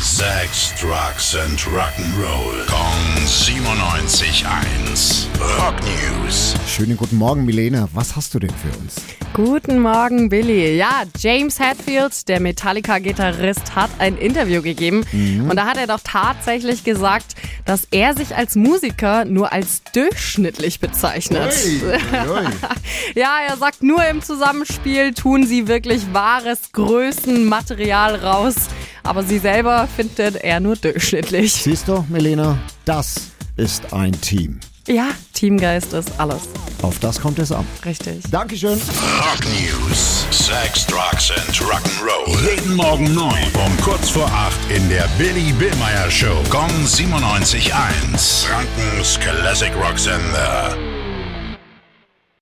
Sex, Drugs and Rock'n'Roll. Kong 97.1. Rock News. Schönen guten Morgen, Milena. Was hast du denn für uns? Guten Morgen, Billy. Ja, James Hetfield, der Metallica-Gitarrist, hat ein Interview gegeben. Und da hat er doch tatsächlich gesagt, dass er sich als Musiker nur als durchschnittlich bezeichnet. Ja, er sagt, nur im Zusammenspiel tun sie wirklich wahres Größenmaterial raus. Aber sie selber findet er nur durchschnittlich. Siehst du, Milena, das ist ein Team. Ja, Teamgeist ist alles. Auf das kommt es an. Richtig. Dankeschön. Rock News. Sex, Drugs and Rock'n'Roll. Jeden Morgen 9 um kurz vor 8 in der Billy Billmeyer Show. Kong 97.1. Frankens Classic Rock Sender.